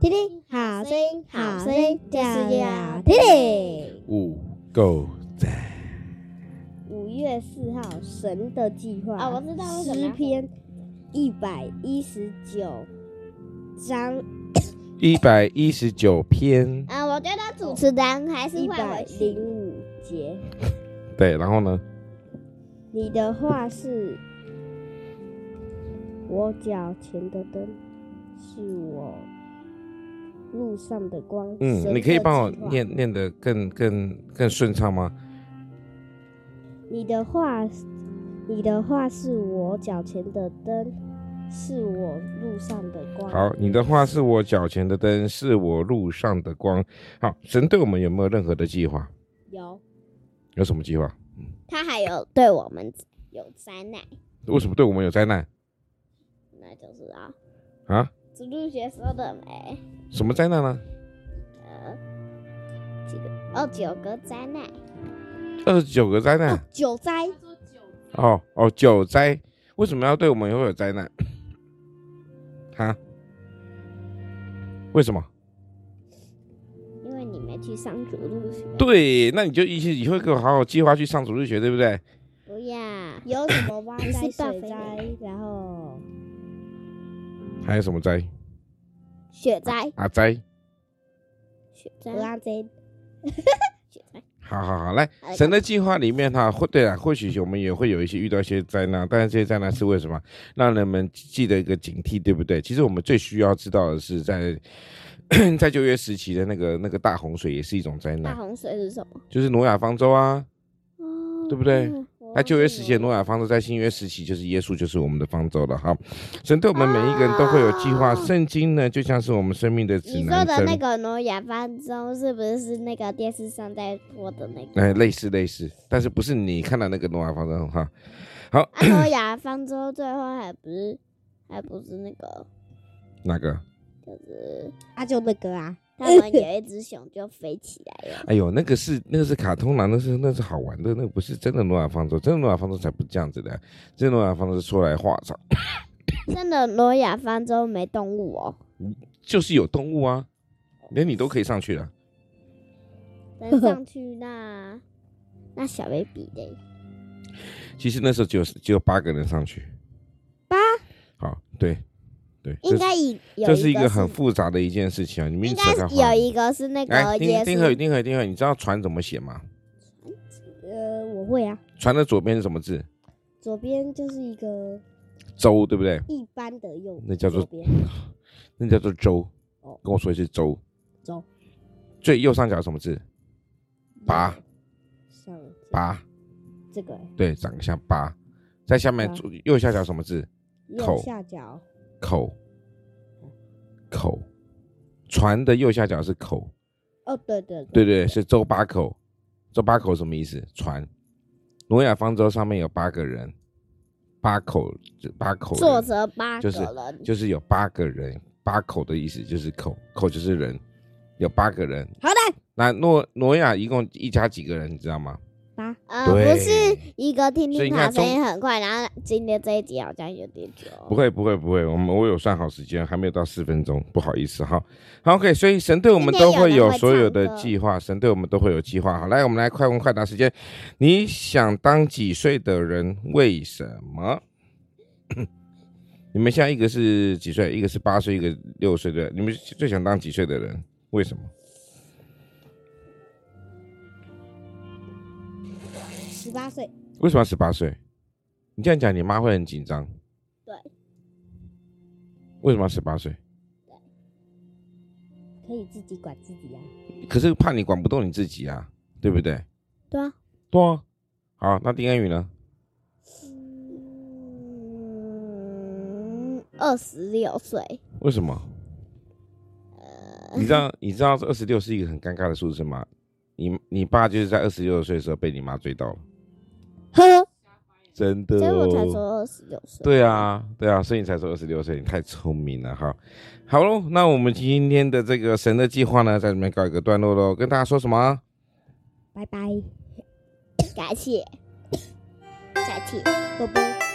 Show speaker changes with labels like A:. A: 听听好声音，好声音就是要听听。
B: 五够赞，
A: 五月四号，神的计划
C: 啊我知道为什么
A: 诗
C: 要
A: 篇一百一十九章
B: 一百一十九篇。
C: 嗯，我觉得主持人还是
A: 一
C: 换
A: 百
C: 回去
A: 零。五节。
B: 对，然后呢？
A: 你的话是我脚前的灯，是我路上的光。神
B: 嗯，你可以
A: 的
B: 帮我
A: 计划
B: 念念得更更更顺畅吗？
A: 你的话，你的话是我脚前的灯，是我路上的光。
B: 好，你的话是我脚前的灯，是我路上的光。好，神对我们有没有任何的计划？
A: 有
B: 有什么计划？
C: 他还有对我们有灾难，
B: 为什么对我们有灾难
C: 那就是啊，
B: 啊？
C: 子路学说的没，
B: 什么灾难呢、
C: 呃，几个哦，九个灾难，
B: 二十九个灾难
A: 九灾，
B: 哦哦，九灾为什么要对我们会有灾难？哈？为什么？
C: 因为你没去上主路学，
B: 对，那你就一起以后给我好好计划去上主日学，对不对？
C: 不要
A: 有什么蛙灾、
C: 是大
A: 水
C: 肥
A: 灾，然后
B: 还有什么灾？
C: 雪灾，
B: 阿灾。
C: 雪灾
A: 鹅，啊贼。
C: 雪灾，
B: 好好好，来，
C: 哎
B: 神的计划里面哈，或对啊，或许我们也会有一些遇到一些灾难，但是这些灾难是为什么？让人们记得一个警惕，对不对？其实我们最需要知道的是在， 在旧约时期的那个那个大洪水也是一种灾
C: 大
B: 难，
C: 洪水是什么？
B: 就是挪亚方舟啊，
C: 哦
B: 对不对？
C: 我忘
B: 那旧约
C: 记
B: 时期的
C: 了
B: 诺亚方舟，在新约时期就是耶稣，就是我们的方舟了哈。神对我们每一个人都会有计划，
C: 啊
B: 圣经呢就像是我们生命的指
C: 你说
B: 南
C: 的那
B: 针，
C: 个挪亚方舟是不是那个电视上在播的 那个？
B: 哎，类似类似，但是不是你看到那个诺亚方舟哈？好，
C: 啊，挪亚方舟最后还不是还不是那个，
B: 那个？
C: 就是
A: 啊，就那个啊，
C: 他们有一只熊就飞起来 了。
B: 哎呦，那个是那个是卡通啦，那是那是好玩的，那个不是真的诺亚方舟，真的诺亚方舟才不这样子的，真的诺亚方舟是说来话长，
C: 真的，挪亚方舟没动物 哦，
B: 就是有动物啊，连你都可以上去了。
C: 能上去那那小 baby 嘞，
B: 其实那时候只有只有八个人上去，八，好，对对，
C: 应
B: 这
C: 该以有
B: 这是一个
C: 个
B: 很复杂的一件事情啊，你们一
C: 应
B: 直在
C: 该
B: 看
C: 有
B: 画面。
C: 一个是那
B: 来，
C: 个
B: 丁
C: 耶
B: 丁和
C: 稣，
B: 丁和丁和，你知道船怎么写吗？
A: 呃，我会啊。
B: 船的左边是什么字？
A: 左边就是一个
B: 舟，对不对？
A: 一般的右，
B: 那叫做
A: 左边
B: 那叫做舟
A: 哦。
B: 跟我说一次舟。
A: 舟。
B: 最右上角是什么字？拔
A: 像这
B: 拔，
A: 这个欸
B: 对，长得像拔。在下面
A: 拔
B: 左右下角什么字？口
A: 右下角
B: 口。口。船的右下角是口，
A: 哦，对对
B: 对对，是舟八口。舟八口什么意思？船。挪亚方舟上面有八个人，八口，八口人。
C: 坐着八
B: 就
C: 个
B: 是
C: 人，
B: 就是有八个人，八口的意思就是口，口就是人，有八个人。
A: 好的，
B: 那诺挪亚一共一家几个人，你知道吗？
A: 八
C: 呃，
B: 对
C: 不是一个听
B: 所以
C: 听
B: 你
C: 好
B: 看
C: 声
B: 中
C: 音很快，然后今天这一集好像有点久，
B: 不会不会不会，我们我有算好时间，还没有到四分钟，不好意思哈。好，OK，所以神对我们都会有所有的计划，神对我们都会有计划。好，来，我们来快问快答时间，你想当几岁的人？为什么？ 你们现在一个是几岁？一个是八岁，一个六岁，对吧？你们最想当几岁的人？为什么？
A: 十八岁，
B: 为什么要十八岁？你这样讲，你妈会很紧张。
C: 对。
B: 为什么要十八岁？
A: 可以自己管自己啊。
B: 可是怕你管不动你自己啊，对不对？
C: 对啊。
B: 对啊。好，那丁恩宇呢？
C: 嗯，二十六岁，呃
B: 为什么？你知 道你知道二十六是一个很尴尬的数字吗？你你爸就是在二十六岁的时候被你妈追到了，
C: 呵，
B: 真的、
C: 所以
B: 哦。
C: 我才说二十六岁。
B: 对，啊，对啊，所以你才说二十六岁，你太聪明了哈。好喽，那我们今天的这个神的计划呢，在这边告一个段落喽。跟大家说什么啊？
A: 拜拜，
C: 感谢，再见，啵啵。